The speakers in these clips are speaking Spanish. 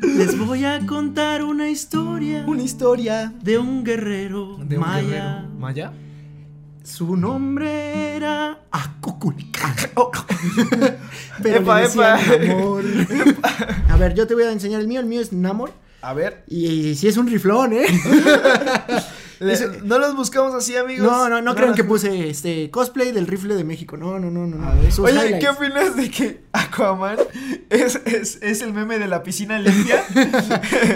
Les voy a contar una historia Una historia de un guerrero de un maya. guerrero maya. Su nombre era Acoculcán. Pero Epa, le decían epa. Namor. A ver, yo te voy a enseñar el mío. El mío es Namor. A ver, Y, si es un riflón, ¿eh? le- Eso- no los buscamos así, amigos. No, no, no crean los- que puse este cosplay del rifle de México. No, no, no, no. no. A ver. Sus Oye, ¿qué highlights. opinas de que Aquaman es, es, es el meme de la piscina limpia?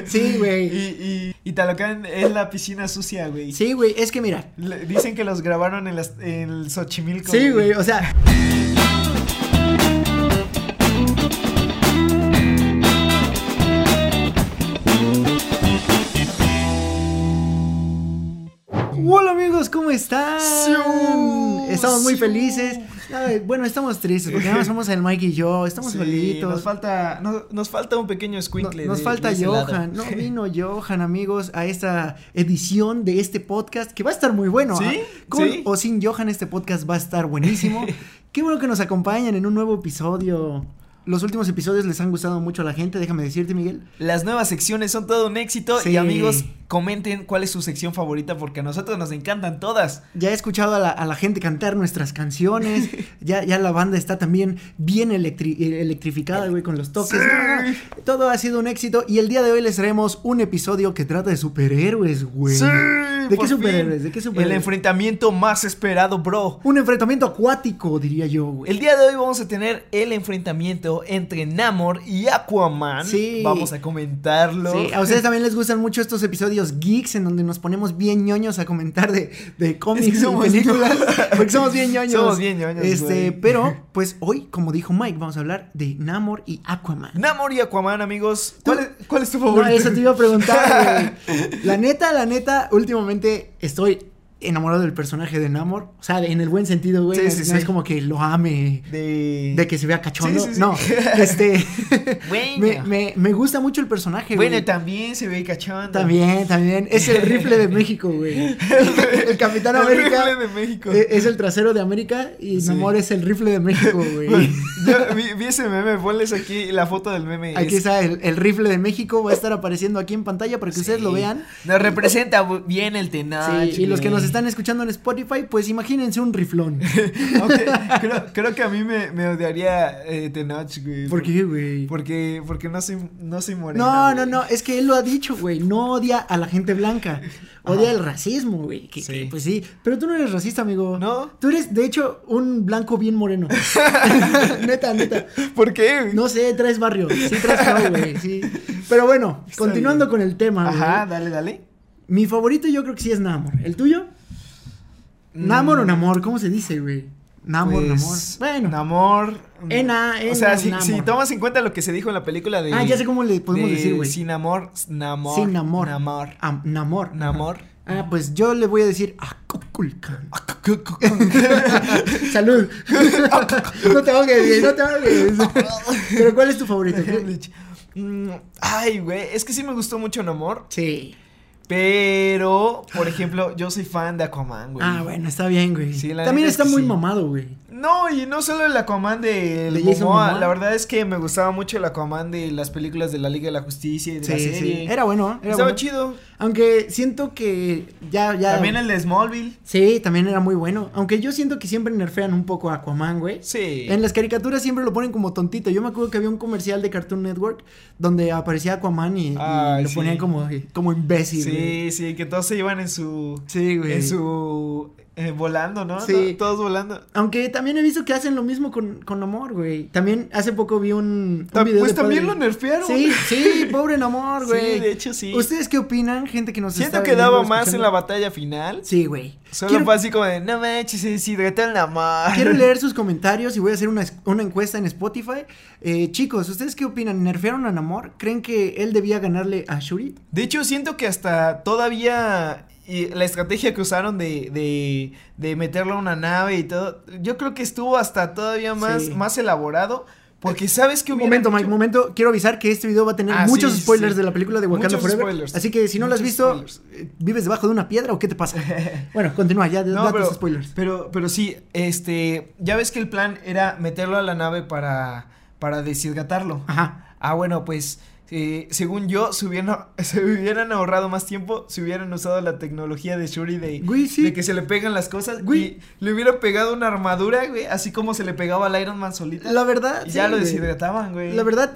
Sí, y, güey. y, y Talocan es la piscina sucia, güey. Sí, güey. Es que mira. Le- dicen que los grabaron en, las, en Xochimilco. Sí, güey. O sea, Hola amigos, ¿cómo están? Siu, Estamos muy siu. felices. Ay, Bueno, estamos tristes porque nada más somos el Mike y yo. Estamos Sí, solitos. Nos falta, no- nos falta un pequeño No- squinkle. nos falta Johan. No vino Johan, amigos, a esta edición de este podcast que va a estar muy bueno. ¿Sí? ¿ah? Con ¿Sí? o sin Johan, este podcast va a estar buenísimo. Qué bueno que nos acompañan en un nuevo episodio. Los últimos episodios les han gustado mucho a la gente, déjame decirte, Miguel. Las nuevas secciones son todo un éxito. Sí. Y amigos, comenten cuál es su sección favorita porque a nosotros nos encantan todas. Ya he escuchado a la, a la gente cantar nuestras canciones. Ya, ya la banda está también bien electri- eh, electrificada, güey, con los toques. No, no, Todo ha sido un éxito. Y el día de hoy les traemos un episodio que trata de superhéroes, güey. ¿De por qué fin. superhéroes? ¿De qué El superhéroes? enfrentamiento más esperado, bro. Un enfrentamiento acuático, diría yo, güey. El día de hoy vamos a tener el enfrentamiento entre Namor y Aquaman. Sí. Vamos a comentarlo. Sí, a ustedes también les gustan mucho estos episodios geeks en donde nos ponemos bien ñoños a comentar de, de cómics Es que somos y películas. Porque somos bien ñoños. Somos bien ñoños, Este, güey. pero, pues hoy, como dijo Mike, vamos a hablar de Namor y Aquaman. Namor y Aquaman, amigos. Tú- ¿Cuál es, cuál es tu No, favorito? eso te iba a preguntar, güey. La neta, la neta, últimamente estoy enamorado del personaje de Namor. O sea, de- en el buen sentido, güey. Sí, no, sí, no sí. es como que lo ame. De... De que se vea cachondo. Sí, sí, sí. No, este. Bueno. me, me- me gusta mucho el personaje, güey. Bueno, también se ve cachondo. También, también. Es el rifle de México, güey. El Capitán El América. rifle de México. e- Es el trasero de América y Sí. Namor es el rifle de México, eh, güey. Yo vi, vi ese meme, ponles aquí la foto del meme. Aquí Es- está el, el rifle de México, va a estar apareciendo aquí en pantalla para que ustedes lo Sí. vean. Nos representa bu- bien el tenaz. Sí, y los que nos están escuchando en Spotify, pues imagínense un riflón. creo, creo que a mí me, me odiaría eh, Tenoch, güey. ¿Por qué, güey? Porque, porque no soy, no soy moreno. No, no, no, es que él lo ha dicho, güey, no odia a la gente blanca, odia Ajá. el racismo, güey, que, que, Sí. pues sí, pero tú no eres racista, amigo. ¿No? Tú eres, de hecho, un blanco bien moreno. neta, neta. ¿Por qué? No sé, traes barrio, sí traes flow, güey, sí. Pero bueno, Está continuando bien. con el tema, Ajá, güey, dale, dale. mi favorito yo creo que sí es Namor, ¿el tuyo? ¿Namor o Namor? ¿Cómo se dice, güey? Namor, Mm. Pues, Namor. Bueno, Namor. mm, Ena, Ena, O sea, si, Namor. si tomas en cuenta lo que se dijo en la película de. ah, ya sé cómo le podemos de decir, güey. Sin amor, Namor. Sin Namor. Namor. Ah, Namor. Namor. Ah, pues yo le voy a decir "Ah, Acoculcán. Salud. no te ahogues, güey, no te ahogues. Pero ¿cuál es tu favorito? Mm, Ay, güey. Es que sí me gustó mucho Namor. Sí. Pero, por ejemplo, yo soy fan de Aquaman, güey. Ah, bueno, está bien, güey. Sí, la También neta es está que muy sí. mamado, güey. No, y no solo el Aquaman de, ¿De Jason Momoa. Momoa? La verdad es que me gustaba mucho el Aquaman de las películas de la Liga de la Justicia y de la Sí, serie. sí. Era bueno, ¿eh? era Estaba bueno. chido. Aunque siento que ya, ya. También el de Smallville. Sí, también era muy bueno. Aunque yo siento que siempre nerfean un poco a Aquaman, güey. Sí. En las caricaturas siempre lo ponen como tontito. Yo me acuerdo que había un comercial de Cartoon Network donde aparecía Aquaman y, y Ay, lo sí. ponían como, como imbécil. güey. Sí, sí, que todos se iban en su. Sí, güey. En su. eh, volando, ¿no? Sí. To- Todos volando. Aunque también he visto que hacen lo mismo con, con Namor, güey. También hace poco vi un, un Ta- video de pues también padre. lo nerfearon. Sí, sí, pobre Namor, Sí, güey. de hecho sí. ¿Ustedes qué opinan, gente que nos Siento está que daba viendo, más en la escuchando? batalla final. Sí, güey. Solo Quiero, fue así como de, no manches, se deshidrató en la mar. quiero leer sus comentarios y voy a hacer una, una encuesta en Spotify. Eh, chicos, ¿ustedes qué opinan? ¿Nerfearon a Namor? ¿Creen que él debía ganarle a Shuri? De hecho, siento que hasta todavía eh, la estrategia que usaron de, de, de meterlo a una nave y todo, yo creo que estuvo hasta todavía más, Sí. más elaborado. Porque sabes que Un hubiera momento, mucho- Mike, momento. Quiero avisar que este video va a tener Ah, sí, muchos sí, spoilers sí. de la película de Wakanda Muchos Forever. spoilers. Así que si no lo has Muchos visto, spoilers. eh, ¿vives debajo de una piedra o qué te pasa? bueno, continúa, ya no, No, pero, spoilers. pero, pero sí, este, ya ves que el plan era meterlo a la nave para, para deshidratarlo. Ajá. Ah, bueno, pues eh, según yo, se hubieran, se hubieran ahorrado más tiempo si hubieran usado la tecnología de Shuri de, Güey, sí. de que se le pegan las cosas. Güey. Y le hubieran pegado una armadura, güey, así como se le pegaba al Iron Man solita. La verdad. y ya sí, lo güey. deshidrataban, güey. La verdad,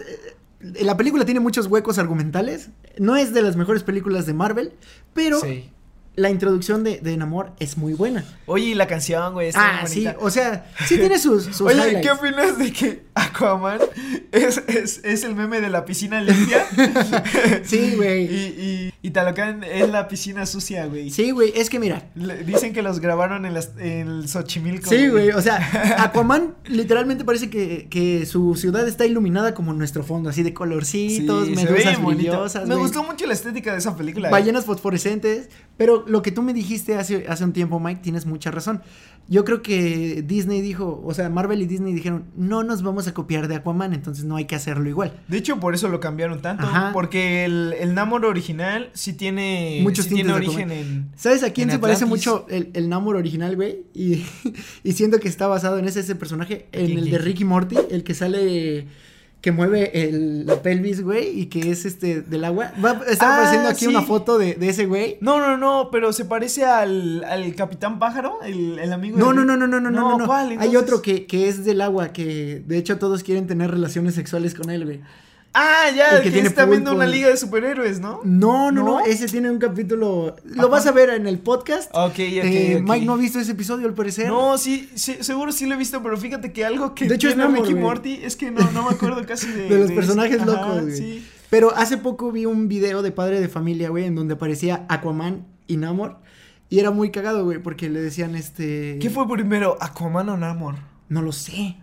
eh, la película tiene muchos huecos argumentales. No es de las mejores películas de Marvel, pero Sí. la introducción de, de Namor es muy buena. Oye, y la canción, güey, está ah, bien sí. bonita. O sea, sí tiene sus, sus Oye, highlights. ¿qué opinas de que Aquaman es, es, es el meme de la piscina limpia? Sí, y, güey. y, y Talocan es la piscina sucia, güey. Sí, güey. Es que mira. Le- dicen que los grabaron en, las, en Xochimilco. Sí, güey. O sea, Aquaman literalmente parece que, que su ciudad está iluminada como nuestro fondo, así de Sí, colorcitos, se ve medusas bien bonito. brillosas. Me güey. gustó mucho la estética de esa película. eh. Ballenas fosforescentes. Pero lo que tú me dijiste hace, hace un tiempo, Mike, tienes mucha razón. Yo creo que Disney dijo, o sea, Marvel y Disney dijeron, no nos vamos a copiar de Aquaman, entonces no hay que hacerlo igual. De hecho, por eso lo cambiaron tanto. Ajá. Porque el, el Namor original sí tiene, Muchos sí tiene tintes de origen en. ¿Sabes a quién En se parece Atlantis. mucho el, el Namor original, güey? Y, y siento que está basado en ese, ese personaje, en quién, el de quién? Ricky Morty, el que sale... Que mueve el- la pelvis, güey, y que es este del agua. Va, está Ah, apareciendo aquí sí. una foto de, de ese güey. No, no, no, pero se parece al, al Capitán Pájaro, el, el amigo. No, de- no, no, no, no, no, no, no. ¿cuál, Hay entonces? otro que, que es del agua, que de hecho todos quieren tener relaciones sexuales con él, güey. Ah, ya, El el que que, tiene está viendo una pulpos. liga de superhéroes, ¿no? No, no, no, ¿No? ese tiene un capítulo. Lo Ajá. vas a ver en el podcast. Ok, ok. Eh, ok. Mike no ha visto ese episodio, al parecer. No, sí, sí, seguro sí lo he visto, pero fíjate que algo que De hecho, es tiene Namor, Ricky güey. Morty es que no, no me acuerdo casi de. De los eso. personajes Ajá, locos, güey. Sí. Pero hace poco vi un video de padre de familia, güey, en donde aparecía Aquaman y Namor. Y era muy cagado, güey, porque le decían este. ¿Qué fue primero, Aquaman o Namor? No lo sé.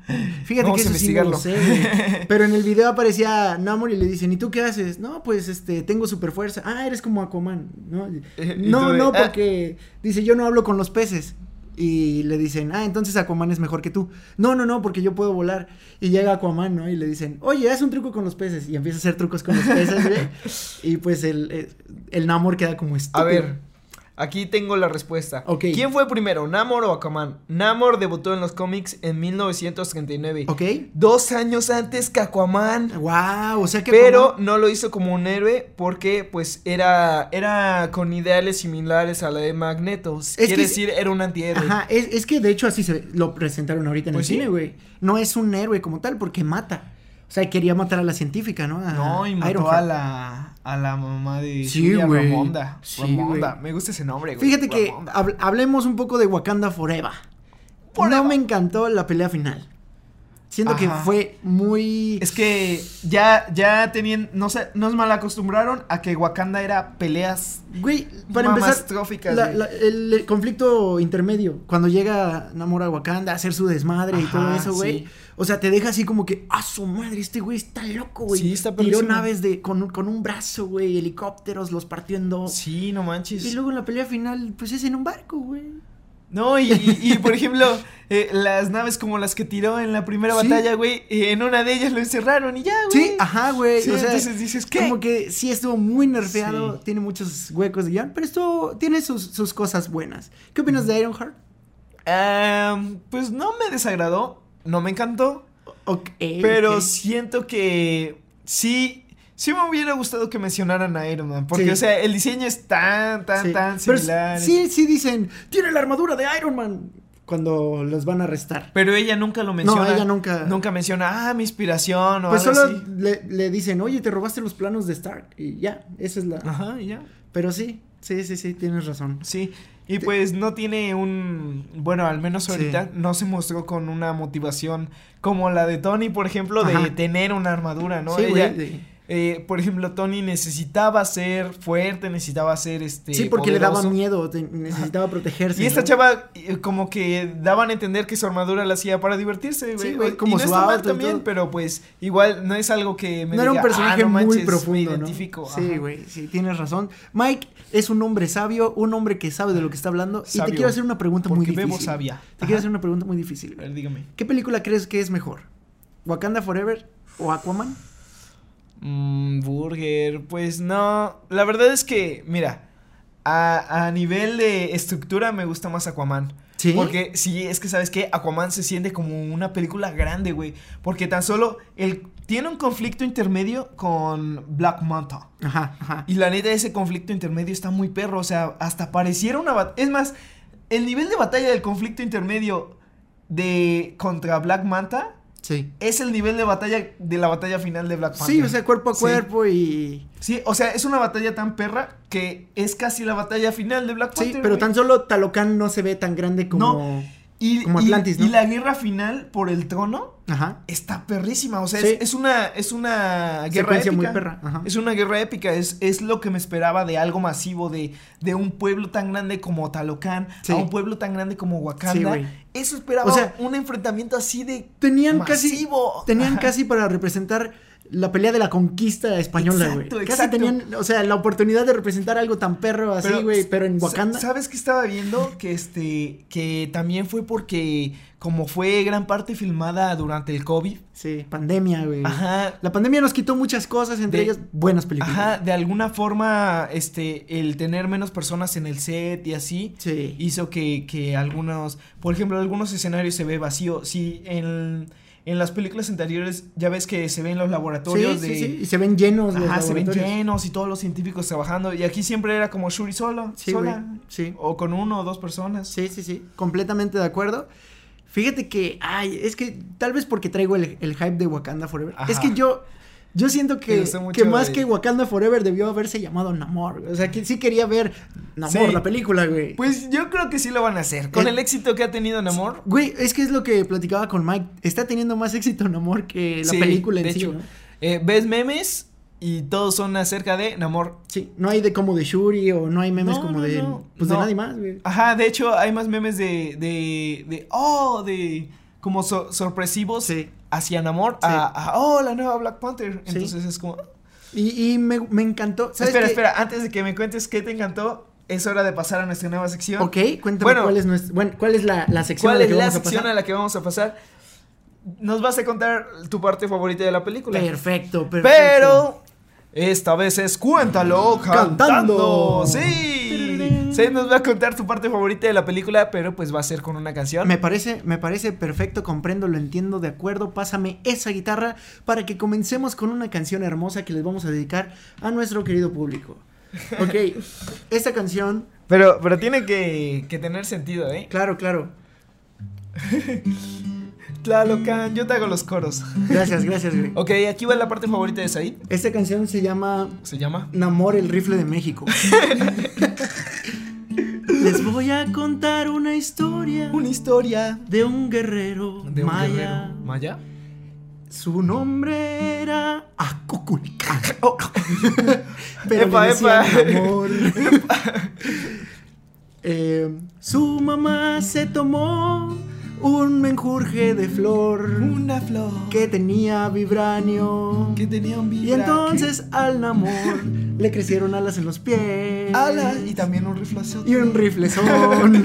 Fíjate Vamos que a eso sí no lo investigarlo. sé, güey. Pero en el video aparecía Namor y le dicen, ¿y tú qué haces? No, pues este, tengo super fuerza. Ah, eres como Aquaman. No, Eh, y no, tú de, no, "Ah". porque dice, yo no hablo con los peces. Y le dicen, ah, entonces Aquaman es mejor que tú. No, no, no, porque yo puedo volar. Y llega Aquaman, ¿no? Y le dicen, oye, haz un truco con los peces. Y empieza a hacer trucos con los peces, güey. Y pues el, el- el Namor queda como estúpido. A ver, aquí tengo la respuesta. Ok. ¿Quién fue primero, Namor o Aquaman? Namor debutó en los cómics en 1939. ¿Ok? Dos años antes que Aquaman. Wow, o sea que. Pero Aquaman- no lo hizo como un héroe porque pues era era con ideales similares a la de Magneto. que Quiere es- decir, era un antihéroe. Ajá, es, es que de hecho así se lo presentaron ahorita en Pues el sí. cine, güey. No es un héroe como tal, porque mata. O sea, quería matar a la científica, ¿no? A No, y mató Ironheart. a la, a la mamá de Sí, Julia güey. Ramonda. Sí, Ramonda, güey. me gusta ese nombre, güey. Fíjate que Ramonda. hab- hablemos un poco de Wakanda Forever. Forever. No me encantó la pelea final. Siento que Ajá. fue muy... Es que ya, ya tenían, no sé, nos mal acostumbraron a que Wakanda era peleas. Güey, para empezar, mamastróficas, la- güey. la- el, el conflicto intermedio, cuando llega Namor a Wakanda a hacer su desmadre y todo Ajá, eso, güey. sí. O sea, te deja así como que, a su madre, este güey está loco, güey. Sí, está Tiró perrísimo. naves de, con, un- con un brazo, güey, helicópteros, los partió en dos. Sí, no manches. Y luego en la pelea final, pues es en un barco, güey. No, y, y- y, por ejemplo, eh, las naves como las que tiró en la primera Sí. batalla, güey, eh, en una de ellas lo encerraron y ya, güey. Sí, ajá, güey. Sí, o sea, entonces dices, ¿qué? Como que sí estuvo muy nerfeado, Sí. tiene muchos huecos de guión, pero esto tiene sus, sus cosas buenas. ¿Qué opinas Mm. de Ironheart? Am, pues no me desagradó, no me encantó, Ok, pero ok. siento que sí, sí me hubiera gustado que mencionaran a Iron Man, porque, Sí. o sea, el diseño es tan, tan, Sí. tan Pero similar. es- sí, sí dicen, tiene la armadura de Iron Man cuando los van a arrestar. Pero ella nunca lo menciona. ella nunca- Nunca menciona, ah, mi inspiración o Pues algo solo así. le, le dicen, oye, te robaste los planos de Stark. Y ya, esa es la... Ajá, y ya. Pero sí, sí, sí, sí, tienes razón. Sí. Y pues no tiene un. Bueno, al menos Sí. ahorita no se mostró con una motivación como la de Tony, por ejemplo, de Ajá. tener una armadura, ¿no? sí, güey, Ella- de- eh, por ejemplo, Tony necesitaba ser fuerte, necesitaba ser este. sí, porque le daba poderoso. miedo, te- necesitaba protegerse. Y esta ¿no? chava eh, como que daban a entender que su armadura la hacía para divertirse, güey. Sí, güey, Y como no su está mal auto y también, todo. pero pues igual no es algo que me No era un diga, "Ah, personaje no manches, muy me profundo, ¿no? identifico". Sí, Ajá. güey, sí, tienes razón. Mike es un hombre sabio, un hombre que sabe de lo que está hablando. Y te Ah. Sabio, quiero hacer una pregunta muy Porque difícil. bebo sabia. Te quiero hacer una pregunta muy difícil. A güey. ver, dígame. ¿Qué película crees que es mejor? ¿Wakanda Forever o Aquaman? Mm, burger, pues no. La verdad es que, mira, a, a nivel de estructura me gusta más Aquaman. ¿Sí? Porque sí, es que sabes que Aquaman se siente como una película grande, güey. Porque tan solo él tiene un conflicto intermedio con Black Manta. Ajá, ajá. Y la neta, ese conflicto intermedio está muy perro. O sea, hasta pareciera una batalla. Es más, el nivel de batalla del conflicto intermedio de contra Black Manta Sí. es el nivel de batalla de la batalla final de Black Manta. Sí, o sea, cuerpo a Sí. cuerpo Sí, o sea, es una batalla tan perra que es casi la batalla final de Black y. Sí, Panther, pero güey. tan solo Talocán no se ve tan grande como. y, como y- Atlantis, ¿no? y la guerra final por el trono Ajá. está perrísima. O sea, Sí. es, es una, es una guerra Secuencia épica. muy perra, ajá. Es una guerra épica. Es, es lo que me esperaba de algo masivo, de, de un pueblo tan grande como Talocan, Sí. a un pueblo tan grande como Sí, Wakanda. güey. Eso esperaba O sea, un enfrentamiento así de Tenían Masivo. casi. Tenían Ajá. casi para representar la pelea de la conquista española, güey. Exacto, Casi exacto. tenían, o sea, la oportunidad de representar algo tan perro así, Pero, güey, pero en sa- Wakanda. ¿Sabes qué estaba viendo? Que este. Que también fue porque. Como fue gran parte filmada durante el COVID. Sí, pandemia, güey. Ajá. La pandemia nos quitó muchas cosas, entre De- ellas buenas películas. Ajá, de alguna forma, este, el tener menos personas en el set y así, Sí. hizo que, que algunos, por ejemplo, algunos escenarios se ve vacío. Si en, en las películas anteriores ya ves que se ven los sí, laboratorios de... sí, sí. Y se ven llenos los Ajá, se ven laboratorios. llenos y todos los científicos trabajando. Y aquí siempre era como Shuri solo, Sí, sola. güey, sí. O con uno o dos personas. Sí, sí, sí, completamente de acuerdo. Fíjate que, ay, es que tal vez porque traigo el, el hype de Wakanda Forever. Ajá. Es que yo, yo siento Me que, gustó mucho que más el- que Wakanda Forever debió haberse llamado Namor. güey. O sea, que sí quería ver Namor, Sí. la película, güey. Pues yo creo que sí lo van a hacer. Con Eh, el éxito que ha tenido Namor. Güey, es que es lo que platicaba con Mike. Está teniendo más éxito Namor que la sí, película en de sí. hecho. ¿no? Eh, ves memes y todos son acerca de Namor. Sí, no hay de como de Shuri o no hay memes No, como no, de. no. Pues de No. nadie más, güey. Ajá, de hecho hay más memes de, de, de oh, de como so- sorpresivos Sí. hacia Namor a, a, oh, la nueva Black Panther. Sí. Entonces es como... Y, y me, me encantó. ¿Sabes Espera, qué? espera, antes de que me cuentes qué te encantó, es hora de pasar a nuestra nueva sección. Ok, cuéntame Bueno. cuál es nuestra- bueno, cuál es la, la sección. a ¿Cuál la es que la vamos a sección pasar? a la que vamos a pasar? Nos vas a contar tu parte favorita de la película. Perfecto, perfecto. Pero esta vez es cuéntalo Cantando. cantando. Sí. Seth nos va a contar tu parte favorita de la película, pero pues va a ser con una canción. Me parece, me parece perfecto, comprendo, lo entiendo, de acuerdo. Pásame esa guitarra para que comencemos con una canción hermosa que les vamos a dedicar a nuestro querido público. Ok, esta canción, Pero, pero tiene que, que tener sentido, ¿eh? claro, claro. Tlalocan, yo te hago los coros. Gracias, gracias, güey. Ok, aquí va la parte favorita de Said. Esta canción se llama Se llama. Namor el rifle de México. Les voy a contar una historia Una historia de un guerrero de un maya. guerrero. ¿Maya? Su nombre era Acoculcán. Pero Oh. Epa, le decían epa. Namor. Eh, Su mamá se tomó un menjurje de flor Una flor que tenía vibranio. que tenía un Y vibra entonces al Namor le crecieron alas en los pies. que- Ala, y también un riflazote. Y un riflezón.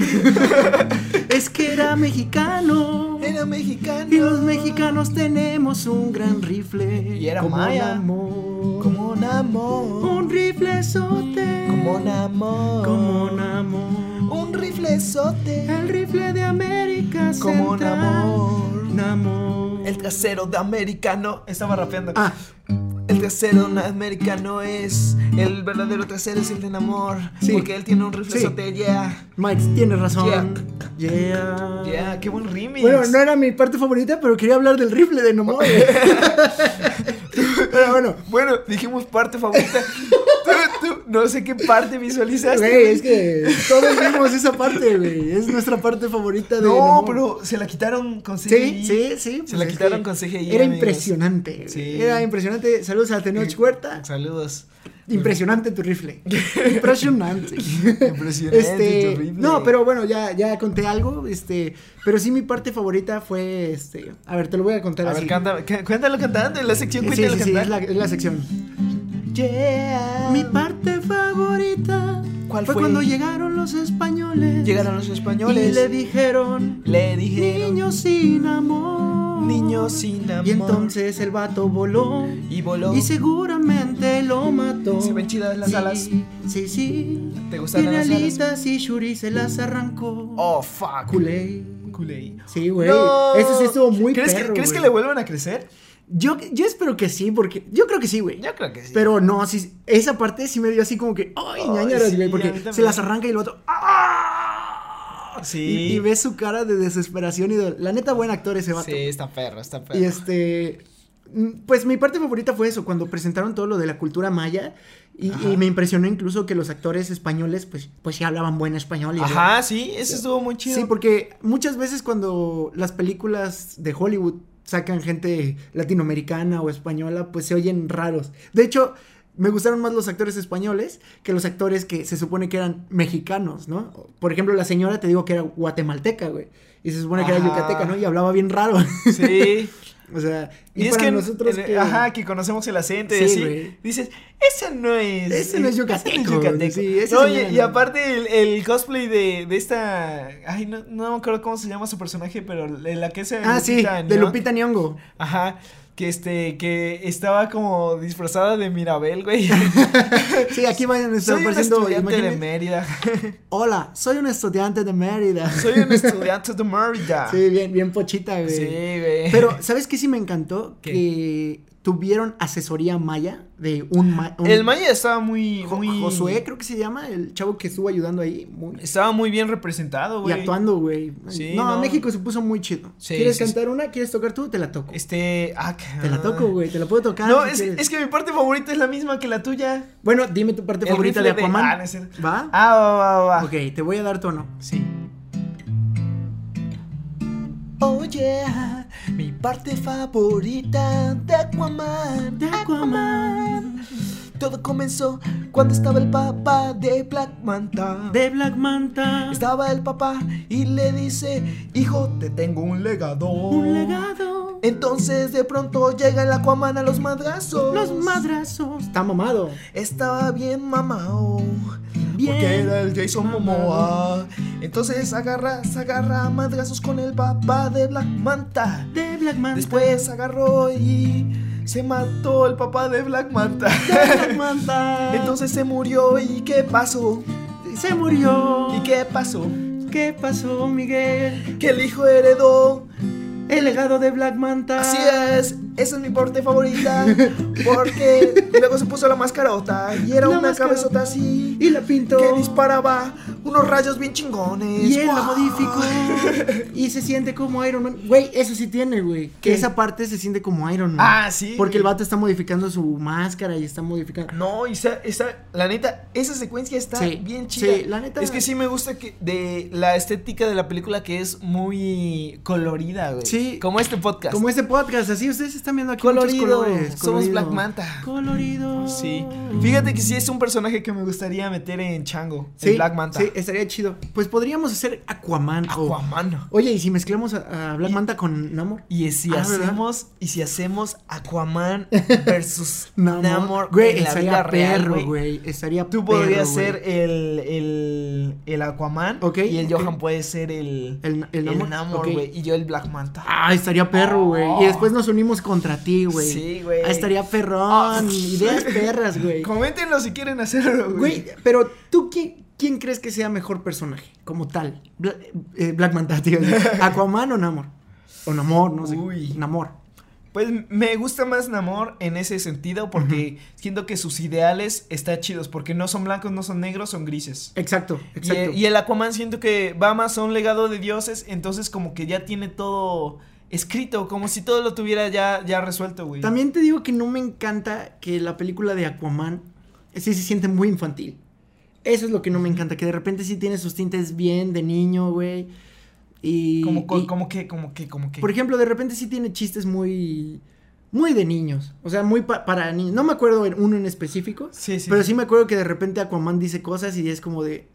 es que era mexicano. Era mexicano. y los mexicanos tenemos un gran rifle. Y era como maya. Namor. Como un amor. Un riflezote. Como un amor. Como un amor. Un riflezote. El rifle de América Como un Central. amor. Namor. El trasero de americano. Estaba rapeando. Ah, El trasero de americano es. El verdadero trasero es el de amor. Sí. Porque él tiene un riflezote. Yeah. Mike, tienes razón. Yeah. Yeah, qué buen remix. Bueno, no era mi parte favorita, pero quería hablar del rifle de Namor. pero bueno, Bueno, dijimos parte favorita. tú, tú, no sé qué parte visualizaste. güey, es que todos vimos esa parte, güey. Es nuestra parte favorita de No, Namor. pero se la quitaron con Sí, CGI. sí, sí. Se la es quitaron que con CGI. Era amigos. impresionante. Sí. Era impresionante. Saludos a Tenoch Huerta. Saludos. Impresionante tu rifle. Impresionante. Impresionante. Este, terrible. no, pero bueno, ya, ya conté algo, este, pero sí mi parte favorita fue, este, a ver, te lo voy a contar A así. ver, canta, cu- cuéntalo cantando. En la sección, Eh, sí, cuéntalo sí, sí, es cantando. la, es la sección. Yeah. Mi parte favorita ¿Cuál fue, fue? cuando llegaron los españoles. Llegaron los españoles. Y le dijeron, le dije. niños sin amor. niño sin amor. Y entonces el vato voló. Y voló. Y seguramente lo mató. Se ven chidas las Sí, alas. Sí, sí. ¿Te gustan Tiene las alas? alitas y Shuri se las arrancó. Oh, fuck. Culé. Culey. Sí, güey. No. Ese sí estuvo muy ¿Crees, perro, que, ¿Crees güey. que le vuelvan a crecer? Yo, yo espero que sí, porque. Yo creo que sí, güey. Yo creo que sí. Pero no, sí, esa parte sí me dio así como que. ¡Ay, Ay, ñañaras, sí, güey! a mí Porque también. se las arranca y el vato. ¡ah! Sí. Y, y ves su cara de desesperación y de. La neta, buen actor ese vato. Sí, está perro, está perro. Y este. mm, Pues mi parte favorita fue eso, cuando presentaron todo lo de la cultura maya. Y, Ajá. y me impresionó incluso que los actores españoles, pues, pues sí hablaban buen español. Y Ajá, sí, ese estuvo muy chido. Sí, porque muchas veces cuando las películas de Hollywood sacan gente latinoamericana o española, pues se oyen raros. De hecho, me gustaron más los actores españoles que los actores que se supone que eran mexicanos, ¿no? Por ejemplo, la señora te digo que era guatemalteca, güey. Y se supone que era Ajá. yucateca, ¿no? Y hablaba bien raro. Sí. o sea, Y, es que en- en- ajá, que conocemos el acento Sí, y así, güey. dices, ese no es eh, Ese no es ese yucateco, yucateco". sí, ese No, señor y, no. y aparte el, el cosplay de, de esta ay, no, no me acuerdo cómo se llama su personaje, pero la la que es Ah, sí, de Neón. Lupita Nyong'o. Ajá. Que este, que estaba como disfrazada de Mirabel, güey. Sí, aquí vayan a estar Soy un apareciendo estudiante de imágenes. Mérida. Hola, soy un estudiante de Mérida. Soy un estudiante de Mérida. Sí, bien, bien pochita, güey. Ah. Sí, güey. Pero, ¿sabes qué sí me encantó? ¿Qué? Que tuvieron asesoría maya de un, ma- un- el Maya estaba muy, Jo- muy Josué, creo que se llama, el chavo que estuvo ayudando ahí. muy- Estaba muy bien representado, y güey. actuando, güey. Sí, no, no. México se puso muy chido. Sí, ¿Quieres sí, cantar una? ¿Quieres tocar tú? Te la toco. Este, ah, ca- Ah, Te la toco, güey. Te la puedo tocar. No, si es, quieres. es que mi parte favorita es la misma que la tuya. Bueno, dime tu parte El favorita de rifle de- Aquaman. Ah, no es cierto. ¿Va? Ah, va, va, va. Ok, te voy a dar tono. Sí. Oh yeah, mi parte favorita de Aquaman. De Aquaman, Todo comenzó cuando estaba el papá de Black Manta. de Black Manta, Estaba el papá y le dice, hijo, te tengo un legado. un legado, Entonces de pronto llega el Aquaman a los madrazos. los madrazos. Está mamado. Estaba bien mamao. Bien Porque era el Jason mamao. Momoa. Entonces agarra, se agarra a madrazos con el papá de Black Manta. De Black Manta. Después agarró y se mató el papá de Black Manta. Black Manta. Entonces se murió y qué pasó. se murió. ¿Y qué pasó? ¿Qué pasó, Miguel? Que el hijo heredó. El legado de Black Manta. Así es, esa es mi parte favorita. Porque luego se puso la mascarota y era La una mascarota. cabezota así. Y la pintó. que disparaba unos rayos bien chingones. Y él la ¡Guau! modificó. y se siente como Iron Man. Güey, eso sí tiene, güey. Que ¿Qué? esa parte se siente como Iron Man. Ah, sí. Porque el vato está modificando su máscara y está modificando. No, y esa, esa- la neta, esa secuencia está Sí, bien chida. sí, la neta. Es que sí me gusta que de la estética de la película que es muy colorida, güey. Sí. Como este podcast. Como este podcast, así ustedes están viendo aquí muchos colorido. colores. Somos colorido. Black Manta. Colorido. Sí. Fíjate que sí es un personaje que me gustaría meter en Chango. Sí, en Black Manta. Sí, estaría chido. Pues podríamos hacer Aquaman. o- Aquaman. Oye, ¿y si mezclamos a, a Black Manta con Namor? Y si Ah, ¿verdad? hacemos, y si hacemos Aquaman versus Namor. Namor, Güey, en la estaría vida real, perro, güey. güey. Estaría Tú perro, podrías güey. ser el, el, el Aquaman. Ok, Y el ok. Johan puede ser el, El- el Namor, ok. güey. Y yo el Black Manta. Ah, estaría perro, güey. Y Oh. después nos unimos contra ti, güey. Sí, güey. Oh. Ah, estaría perrón. Ideas perras, güey. Coméntenlo si quieren hacerlo, güey. Güey, pero tú, quién, quién crees que sea mejor personaje? Como tal. Bla- eh, Black Manta, tío. ¿Aquaman o Namor? O Namor, no sé. Uy. Namor. Pues me gusta más Namor en ese sentido porque siento que sus ideales están chidos. Porque no son blancos, no son negros, son grises. Exacto, Y, exacto. e- y el Aquaman siento que va más a un legado de dioses, entonces como que ya tiene todo escrito, como si todo lo tuviera ya, ya resuelto, güey. También te digo que no me encanta que la película de Aquaman sí se siente muy infantil. Eso es lo que no me encanta, que de repente sí tiene sus tintes bien de niño, güey. Y, Como, co- y, como que, como que, como que. por ejemplo, de repente sí tiene chistes muy muy de niños, o sea, muy pa- para niños. No me acuerdo en uno en específico, Sí, sí. pero sí me acuerdo que de repente Aquaman dice cosas y es como de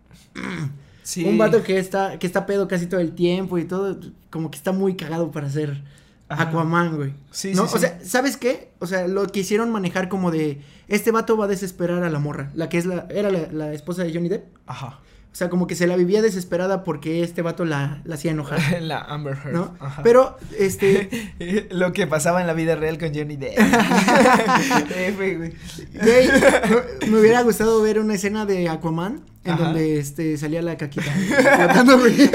Sí. un vato que está que está pedo casi todo el tiempo y todo, como que está muy cagado para ser Ajá. Aquaman, güey. Sí, ¿No? sí, O sí. sea, ¿sabes qué? O sea, lo quisieron manejar como de este vato va a desesperar a la morra, la que es la era la, la esposa de Johnny Depp. Ajá. O sea, como que se la vivía desesperada porque este vato la, la hacía enojar. La Amber Heard. ¿no? ajá. Pero, este, Lo que pasaba en la vida real con Johnny Depp. F, güey. güey, me- me hubiera gustado ver una escena de Aquaman en Ajá. donde este, salía la caquita flotando, güey.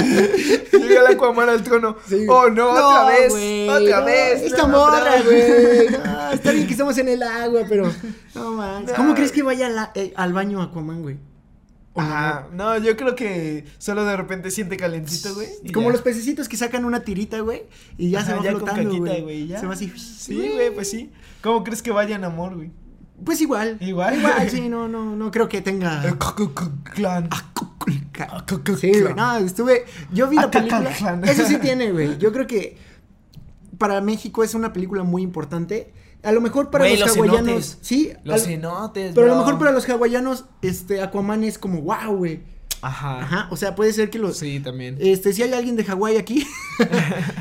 Llega la Aquaman al trono. Sí. Oh, no, otra vez. güey, otra no, vez. Esta no, morra, no. güey. Oh, No, está bien que estamos en el agua, pero. No manches. No. ¿Cómo crees que vaya a la- eh, al baño Aquaman, güey? O no, Ah, no, yo creo que solo de repente siente calentito, güey. y güey. Como ya. los pececitos que sacan una tirita, güey, y ya se Ajá, va ya con flotando, caquita, güey. güey, ya. Se va así. Sí, güey, pues sí. ¿Cómo crees que vaya en amor, güey? Pues igual. Igual. Igual, sí, no, no, no creo que tenga. El Ku Ku Ku Clan. Ah, Ca- Ku Ku Sí, güey. Clan. No, estuve. Yo vi la película. Acatlán. Eso sí tiene, güey. Yo creo que para México es una película muy importante. A lo mejor para Güey, los, los hawaianos. cenotes. Sí. Los al- cenotes, Pero a lo bro. mejor para los hawaianos, este, Aquaman es como wow, güey. Ajá. Ajá. O sea, puede ser que los. Ah. Sí, también. Este, si hay alguien de Hawái aquí,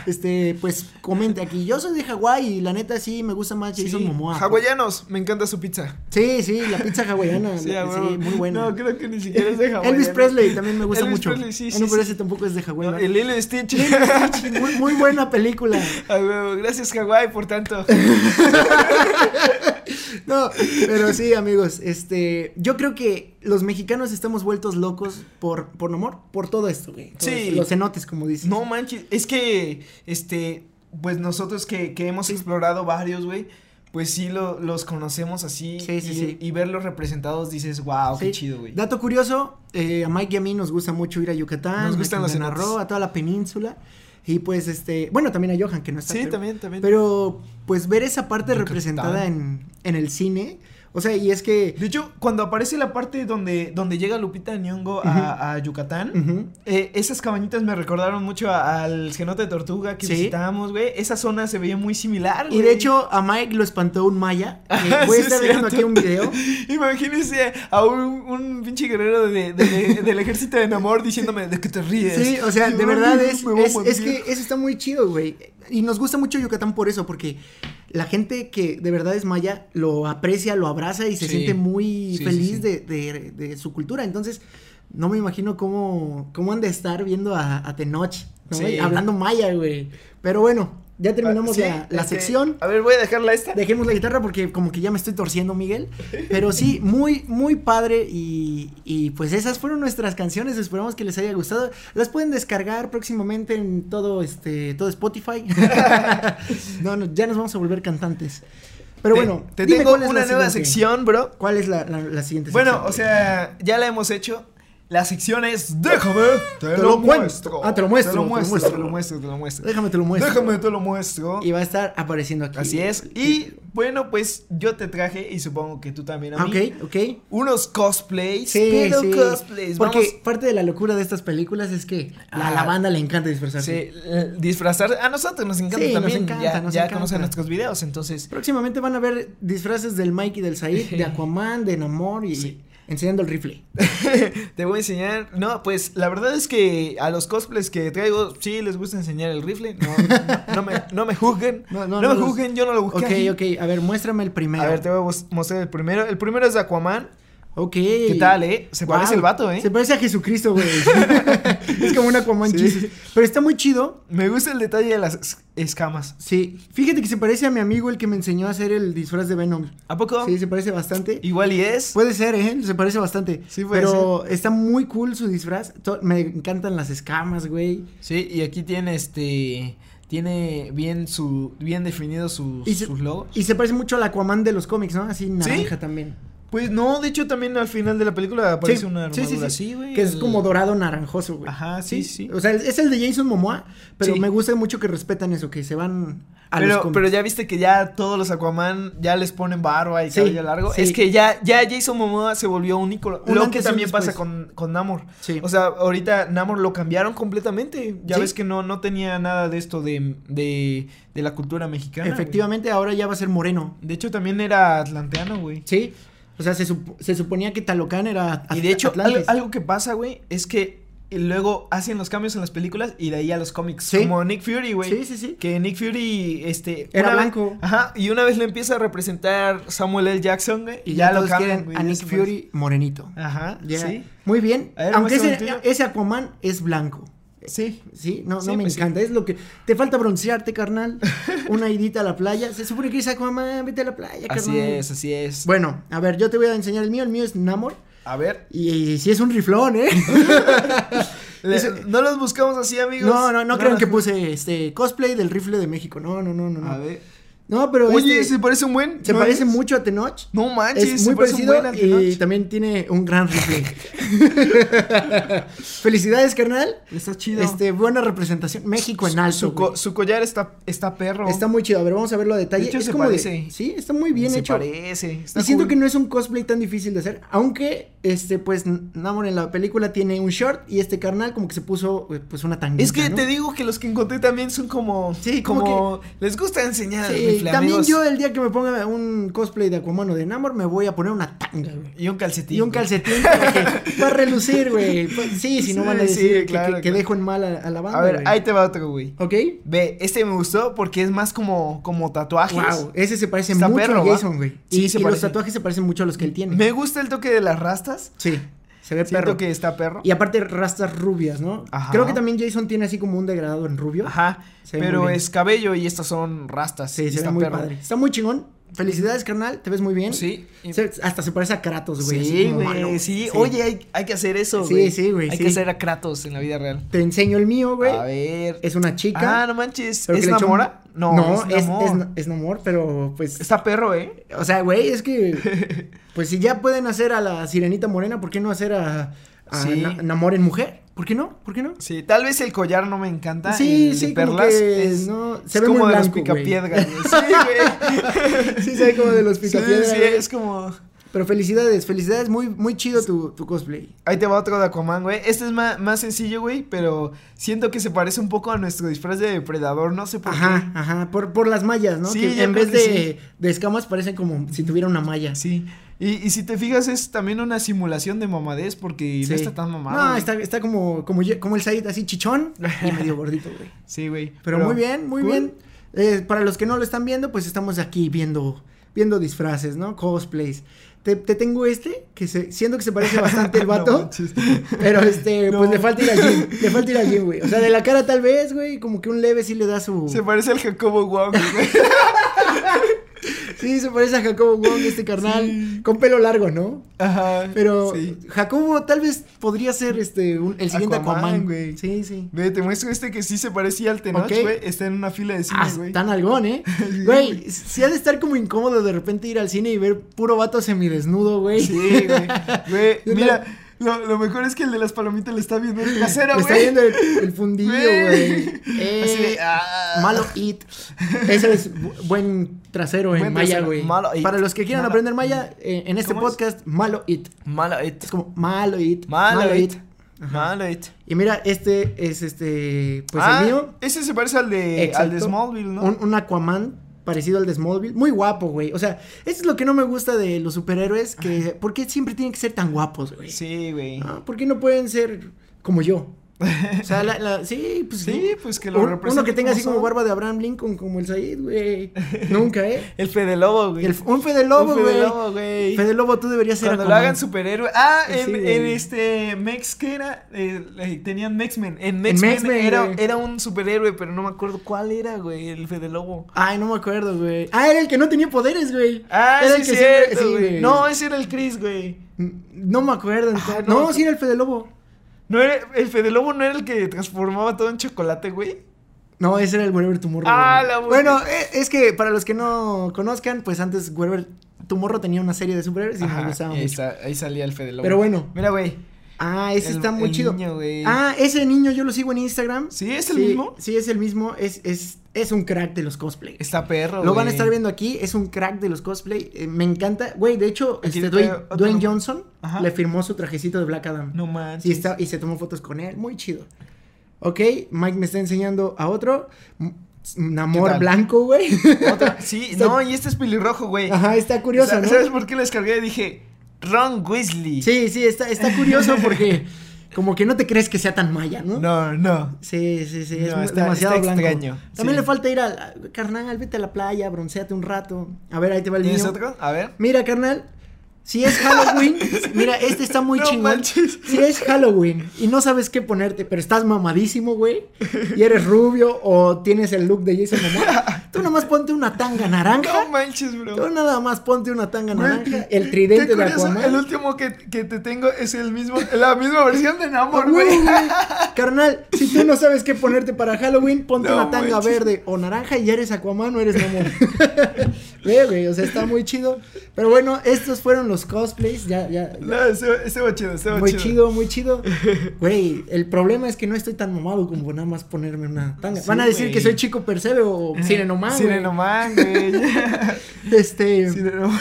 este, pues comente aquí. Yo soy de Hawái y la neta sí me gusta más Jason Sí. Momoa. Hawaianos, me encanta su pizza. Sí, sí, la pizza hawaiana. Sí, la- a sí, huevo. muy buena. No, creo que ni siquiera es de Hawái. Elvis Presley también me gusta Elvis mucho. Ah, Presley, sí, sí, no, pero sí. ese tampoco es de Hawái. No, ¿verdad? el Lilo Stitch. Muy, muy buena película. A huevo, Gracias, Hawái, por tanto. No, pero sí, amigos, este, yo creo que los mexicanos estamos vueltos locos por, por amor, por todo esto, güey. Todo Sí. esto, Los cenotes, como dices. No manches, es que, este, pues nosotros que, que hemos explorado varios, güey, pues sí lo- los conocemos así. Sí, sí, y, sí. y verlos representados dices, wow, Sí. qué Ah, chido, güey. Dato curioso, eh, a Mike y a mí nos gusta mucho ir a Yucatán, Nos a gustan los Quintana cenotes. Roo, a toda la península. Y pues, este, bueno, también a Johan, que no está. Sí, pero- también, también. Pero, pues, ver esa parte Yucatán. representada en, en el cine, o sea, y es que... De hecho, cuando aparece la parte donde, donde llega Lupita Nyong'o a, a Yucatán, Ujú. eh, esas cabañitas me recordaron mucho a- al cenote de tortuga que Sí. visitábamos, güey. Esa zona se veía muy similar, Y de güey. hecho, a Mike lo espantó un maya. Eh, voy Sí, a estar es dejando cierto. aquí un video. Imagínense a un, un pinche guerrero de, de- de- del ejército de Namor diciéndome de que te ríes. Sí, o sea, Yo, de verdad es, me voy a es, es morir. que eso está muy chido, güey. Y nos gusta mucho Yucatán por eso, porque la gente que de verdad es maya lo aprecia, lo abraza y se Sí. siente muy Sí, sí, feliz sí. De, de- de su cultura. Entonces, no me imagino cómo, cómo han de estar viendo a, a Tenoch, ¿no? Sí. Y hablando maya, güey. Pero bueno, ya terminamos Ah, sí, la, la este, sección. A ver, voy a dejarla esta. Dejemos la guitarra porque como que ya me estoy torciendo, Miguel. Pero sí, muy, muy padre. Y, y pues esas fueron nuestras canciones. Esperamos que les haya gustado. Las pueden descargar próximamente en todo este. todo Spotify. no, no, ya nos vamos a volver cantantes. Pero Te- bueno, te dime tengo cuál es una la nueva siguiente. sección, bro. ¿Cuál es la, la- la siguiente Bueno, sección? o sea, ya la hemos hecho. La sección es Déjame, te, lo lo cuento. muestro. Ah, te lo muestro, Te lo te lo muestro, muestro. te lo muestro, te lo muestro. Déjame te lo muestro. Déjame, te lo muestro. Y va a estar apareciendo aquí. Así es. Y bueno, pues yo te traje y supongo que tú también a Ah, mí. Ok, ok. Unos cosplays. Sí, pero sí. cosplays. Porque vamos- parte de la locura de estas películas es que a la Ah. banda le encanta disfrazarse. Sí, eh, disfrazar. A nosotros nos encanta Sí, nos también. encanta, ya nos ya encanta. conocen nuestros videos, entonces. Próximamente van a ver disfraces del Mike y del Said, de Aquaman, de Namor y Sí. enseñando el rifle. Te voy a enseñar. No, pues la verdad es que a los cosplays que traigo, sí les gusta enseñar el rifle. No, no, no me, no me juzguen. No, no, No, me no los- juzguen, yo no lo busqué. Ok, ok, a ver, muéstrame el primero. A ver, te voy a mos- mostrar el primero. El primero es de Aquaman. Ok. ¿Qué tal, eh? Se Guau. parece el vato, eh. Se parece a Jesucristo, güey. es como un Aquaman Sí. Jesus. Pero está muy chido. Me gusta el detalle de las es- escamas. Sí. Fíjate que se parece a mi amigo el que me enseñó a hacer el disfraz de Venom. ¿A poco? Sí, se parece bastante. Igual y es. Puede ser, ¿eh? Se parece bastante. Sí, puede Pero está muy cool su disfraz. To- Me encantan las escamas, güey. Sí, y aquí tiene este. Tiene bien su. bien definido sus, Y se- sus logos. Y se parece mucho al Aquaman de los cómics, ¿no? Así naranja también. Pues no, de hecho también al final de la película aparece Sí, una sí, sí, armadura sí. así, güey. Que es el- como dorado naranjoso, güey. Ajá, sí, sí. O sea, es el de Jason Momoa, pero Sí. me gusta mucho que respetan eso, que se van a los Pero, cómics. pero ya viste que ya todos los Aquaman ya les ponen barba y Sí, cabello largo. sí. Es que ya, ya Jason Momoa se volvió un ícono. Un lo antes y que un también pasa después. con, con Namor. Sí. O sea, ahorita Namor lo cambiaron completamente. Ya Sí. ves que no, no tenía nada de esto de, de, de la cultura mexicana. güey. Efectivamente, ahora ya va a ser moreno. De hecho, también era atlanteano, güey. Sí. O sea, se, sup- se suponía que Talocan era Y de hecho, al- Atlantis. algo que pasa, güey, es que y luego hacen los cambios en las películas y de ahí a los cómics. Sí. Como Nick Fury, güey. Sí, sí, sí. Que Nick Fury, este. Era una vez- blanco. ajá. Y una vez le empieza a representar Samuel L. Jackson, güey. Y ya, lo cambian, quieren güey, a ya Nick se parece. Fury morenito. Ajá. Ya. Sí. Muy bien. A ver, Aunque muestra ese, un tuyo. ese Aquaman es blanco. Sí. Sí, no, Sí, no me pues sí. encanta. Es lo que. Te falta broncearte, carnal. Una idita a la playa. Se supone que es Aquaman, vete a la playa, carnal. Así es, así es. Bueno, a ver, yo te voy a enseñar el mío. El mío es Namor. A ver. Y, si es un riflón, ¿eh? le- Ese- no los buscamos así, amigos. No, no, no crean los- que puse este cosplay del rifle de México. No, no, no, no. A no. ver. No, pero Oye, este se parece un buen. se ¿no parece es? mucho a Tenoch. No manches, es se muy parece un parecido buen al y Tenoch. también tiene un gran rifle. Felicidades, carnal. Está chido. Este, buena representación. México en Su- alto. Su, co- güey. su collar está, está perro. Está muy chido. A ver, vamos a verlo a detalle. De hecho, es se como de- parece. sí, está muy bien Se hecho. parece. está y siento cool. que no es un cosplay tan difícil de hacer, aunque este pues N- Namor en la película tiene un short y este carnal como que se puso eh, pues una tanguita, Es que ¿no? te digo que los que encontré también son como. Sí, como como. Les gusta enseñar Sí, rifle, también amigos. yo el día que me ponga un cosplay de Aquaman o de Namor me voy a poner una tanga, güey. Y un calcetín. Y un güey. calcetín para, que- para relucir, güey. Pues, sí, si no Sí, van a sí, decir que- que- claro, que, claro. dejo en mal a, a la banda, A ver, güey. ahí te va otro, güey. ¿Ok? Ve, este me gustó porque es más como, como tatuajes. Wow, ese se parece Está mucho perro, a ¿va? Jason, güey. Sí, y se y los parece. tatuajes se parecen mucho a los que él tiene. Me gusta el toque de las rastas. Sí, se ve Siento perro. que está perro. Y aparte rastas rubias, ¿no? Ajá. Creo que también Jason tiene así como un degradado en rubio. Ajá. Se ve muy Pero bien. es cabello y estas son rastas. Sí, y se está ve muy perro. padre. Está muy chingón. Felicidades, carnal. Te ves muy bien. Sí. Se- hasta se parece a Kratos, güey. así Sí, como malo, güey. Sí. Oye, hay, hay que hacer eso, Sí, güey. sí, güey, Hay sí. que hacer a Kratos en la vida real. Te enseño el mío, güey. A ver. Es una chica. Ah, no manches. pero que ¿Es le echó un- Namora? No, no, es, es, Namor. na- es Namor, pero pues. Está perro, ¿eh? O sea, güey, es que. Pues si ya pueden hacer a la sirenita morena, ¿por qué no hacer a, a Sí. Na- Namor en mujer? ¿Por qué no? ¿Por qué no? Sí, tal vez el collar no me encanta. Sí, el de sí, como perlas. que es no- se es ve muy como de los blanco, güey. picapiedras. güey. Sí, güey. Sí, sabe como de los picapiedra. Sí, sí, güey. es como. Pero felicidades, felicidades, muy, muy chido tu, tu cosplay. Ahí te va otro de Aquaman, güey. Este es más, más sencillo, güey, pero siento que se parece un poco a nuestro disfraz de depredador, no sé por Ajá, ajá, por, por las mallas, ¿no? Sí, Que yo en creo vez de, que de escamas parecen como si tuviera una malla. qué. Sí. Y, y si te fijas, es también una simulación de mamadez porque Sí. no está tan mamado. No, güey. está, está como, como, ye- como el Said, así chichón y medio gordito, güey. Sí, güey. Pero, muy bien, muy cool. bien. Eh, para los que no lo están viendo, pues estamos aquí viendo, viendo disfraces, ¿no? Cosplays. Te, te tengo este, que se, siento que se parece bastante el Ah, No vato, manches. pero este, No. pues le falta ir al gym, le falta ir al gym, güey. O sea, de la cara tal vez, güey, como que un leve sí le da su... Se parece al Jacobo Wong, güey. Sí, se parece a Jacobo Wong, este carnal, con pelo largo, ¿no? Ajá. Pero Sí. Jacobo tal vez podría ser este un- el siguiente Aquaman, Aquaman, güey. Sí, sí. Ve, te muestro este que sí se parecía al Tenoch, Ok. güey. Está en una fila de cine, Ah, güey. tan algón, ¿eh? Sí, Güey, si ha de estar como incómodo de repente ir al cine y ver puro vato semidesnudo, güey. Sí, güey. Güey, Yo mira, lo, lo mejor es que el de las palomitas le está viendo el trasero, Le güey. está viendo el, el fundillo, Güey. güey. Eh, Así de, ah. Malo it. Ese es bu- buen trasero en Buen maya, trasero, güey. malo it. Para los que quieran Malo. aprender maya, eh, en este ¿Cómo es? podcast, malo it. Malo it. Es como malo it. Malo it. Ajá. Malo it. Y mira, este es este. Pues Ah, el mío. Ese se parece al de, al de Exacto. Smallville, ¿no? Un, un Aquaman parecido al de Smallville. Muy guapo, güey. O sea, eso es lo que no me gusta de los superhéroes. Que, ¿Por qué siempre tienen que ser tan guapos, güey? Sí, güey. Ah, ¿Por qué no pueden ser como yo? O sea, la, la- sí, pues. Sí, pues que lo un- Uno que represente tenga como así como son. barba de Abraham Lincoln, como el Said, güey. Nunca, ¿eh? El Fede Lobo, güey. El- un Fede Lobo, Un Fede güey. Lobo, güey. Fede Lobo, tú deberías ser Cuando lo Aquaman. hagan superhéroe. Ah, Sí, en, güey. en este Mex que era, Eh, eh, tenían Mexmen. En Mex Mexmen Men, era, güey. era un superhéroe, pero no me acuerdo cuál era, güey, el Fede Lobo. Ay, no me acuerdo, güey. Ah, era el que no tenía poderes, güey. Ah, Era sí, el es que siempre- cierto, sí, güey. No, ese era el Chris, güey. No me acuerdo. entonces- Ah, no me no, acuerdo. sí era el Fede Lobo. No era, el Fede Lobo no era el que transformaba todo en chocolate, güey. No, ese era el Werber Tumorro. Ah, güey. la busqué. Bueno, eh, es que para los que no conozcan, pues antes Werber Tumorro tenía una serie de superhéroes y Ajá, me gustaba ahí, mucho. sa- ahí salía el Fede Lobo. Pero bueno. Mira, güey. Ah, ese el- está muy el chido. niño, güey. ah, ese niño yo lo sigo en Instagram. ¿Sí? ¿Es el Sí, mismo? Sí, es el mismo. Es, es, es un crack de los cosplay. Está perro, Lo van a güey. estar viendo aquí, es un crack de los cosplay. eh, me encanta. Güey, de hecho, Aquí este, te Dwayne, traigo otro. Dwayne Johnson Ajá. le firmó su trajecito de Black Adam. No manches. Sí, está, y se tomó fotos con él. Muy chido. Ok, Mike me está enseñando a otro. M- ¿Qué Namor tal? blanco, güey. Otra- sí, Está- no, y este es pelirrojo, güey. Ajá, está curioso, Sa- ¿no? ¿Sabes por qué lo descargué? Dije, Ron Weasley. Sí, sí, está, está curioso porque Como que no te crees que sea tan maya, ¿no? No, no. Sí, sí, sí, es No, mu- está- demasiado está blanco. extraño, También sí. le falta ir al a- carnal, vete a la playa, bronceate un rato. A ver, ahí te va el ¿Tienes mío. otro? A ver. Mira, carnal, si es Halloween, mira, este está muy No chingón. manches. Si es Halloween y no sabes qué ponerte, pero estás mamadísimo, güey, y eres rubio o tienes el look de Jason Momoa, tú nomás ponte una tanga naranja. No manches, bro. Tú nada más ponte una tanga Güey, naranja, el qué tridente de curioso, Aquaman. El último que, que te tengo es el mismo, la misma versión de Ah, Namor, güey, güey. güey. Carnal, si tú no sabes qué ponerte para Halloween, ponte No una tanga manches. verde o naranja y ya eres Aquaman o eres mamón. Ve, güey, o sea, está muy chido. Pero bueno, estos fueron los cosplays. Ya, ya. ya. No, estuvo, estuvo chido, estuvo Muy chido. chido, muy chido. Güey, el problema es que no estoy tan mamado como nada más ponerme una tanga. Sí, Van a decir que güey. soy chico percebe o sirenoman. güey. Sirenoman, güey. Este. Sirenoman.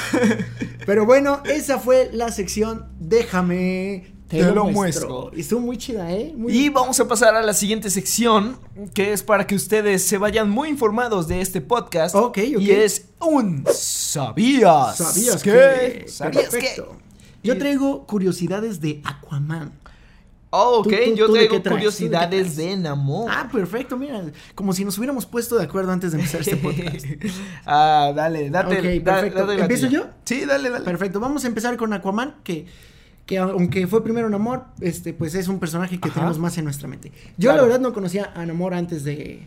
Pero bueno, esa fue la sección Déjame. Te, Te lo, lo muestro. muestro. Y Estuvo muy chida, ¿eh? Muy Y vamos a pasar a la siguiente sección, que es para que ustedes se vayan muy informados de este podcast. Ok, ok. Y es un ¿Sabías? ¿Sabías qué? que? ¿Sabías Perfecto. qué? Yo traigo curiosidades de Aquaman. Oh, ok, ¿Tú- tú- yo tú de qué traes? traigo ¿Tú de qué curiosidades traes? de Namor. Ah, perfecto, mira. Como si nos hubiéramos puesto de acuerdo antes de empezar este podcast. ah, dale, date. Ok, da- perfecto. date la ¿Empiezo tuya. yo? Sí, dale, dale. Perfecto, vamos a empezar con Aquaman, que, que aunque fue primero Namor, este, pues es un personaje que Ajá. tenemos más en nuestra mente. Yo Claro. la verdad no conocía a Namor antes de...